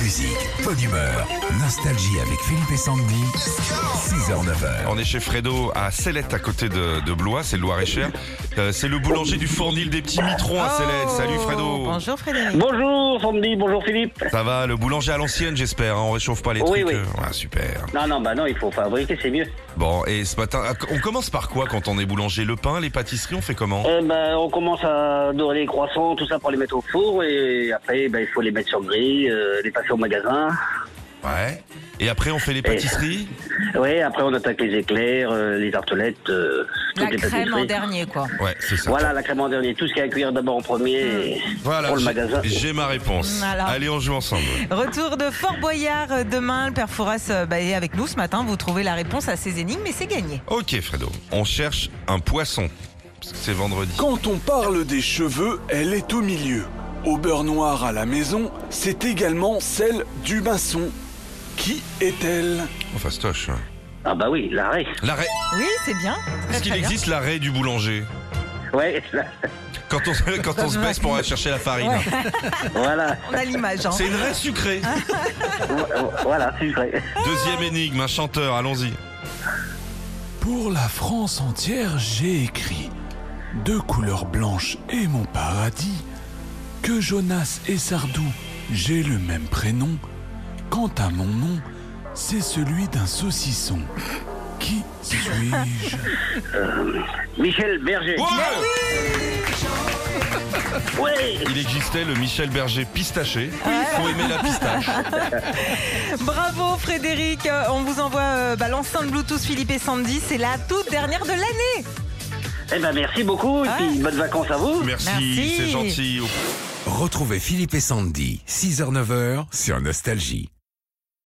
musique, bonne humeur, nostalgie avec Philippe et Sandy. 6h, 9h. On est chez Fredo à Célette à côté de, de Blois, c'est le Loir-et-Cher. Euh, c'est le boulanger du Fournil des petits mitrons à Célette. Ah, Oh, Salut Fredo. Oh, Bonjour Frédéric. Bonjour Sandy, bonjour Philippe. Ça va, le boulanger à l'ancienne, j'espère. hein, on réchauffe pas les Oui, trucs. oui. euh, ouais, super. Non, non, bah non, il faut fabriquer, c'est mieux. Bon, et ce matin, à- on commence par quoi quand on est boulanger Le pain, les pâtisseries, on fait comment Eh ben, on commence à dorer les croissants, tout ça pour les mettre au four, et après, ben, il faut les mettre sur grille, euh, les passer au magasin. Ouais. Et après, on Eh. fait les pâtisseries Ouais, après, on attaque les éclairs, euh, les tartelettes, euh, toutes La les crème en pâtisseries. dernier quoi. Ouais, c'est ça. Voilà, la crème en dernier, tout ce qu'il y a à cuire d'abord en Hmm. premier, Voilà, pour le j'ai- magasin. j'ai ma réponse. Voilà. Allez, on joue ensemble. Retour de Fort Boyard euh, demain. Le père Fouras euh, bah, est avec nous ce matin. Vous trouvez la réponse à ces énigmes et c'est gagné. Ok, Fredo. On cherche un poisson. Parce que c'est vendredi. Quand on parle des cheveux, elle est au milieu. Au beurre noir à la maison, c'est également celle du maçon. Qui est-elle On fastoche. Ah bah oui, l'arrêt. hein. L'arrêt. Oui, c'est bien. Très, Est-ce qu'il très bien. existe l'arrêt du boulanger Ouais, Quand on, se- quand on se baisse pour aller chercher la farine. Ouais. Ah. voilà, On a l'image. hein. C'est une raie sucrée. voilà, c'est vrai. Deuxième énigme, un chanteur, allons-y. Pour la France entière, j'ai écrit De couleur blanche et mon paradis, que Jonas et Sardou, j'ai le même prénom. Quant à mon nom, c'est celui d'un saucisson. Qui suis-je Michel Berger. Ouais Ouais. Il existait le Michel Berger pistaché. Faut aimer la pistache. Bravo Frédéric. Euh, On vous envoie euh, bah, l'enceinte Bluetooth Philippe et Sandy. C'est la toute dernière de l'année. Eh ben, merci beaucoup, et Ouais. puis bonnes vacances à vous. Merci, Merci. c'est gentil. Au Retrouvez Philippe et Sandy, 6h, 9h sur Nostalgie.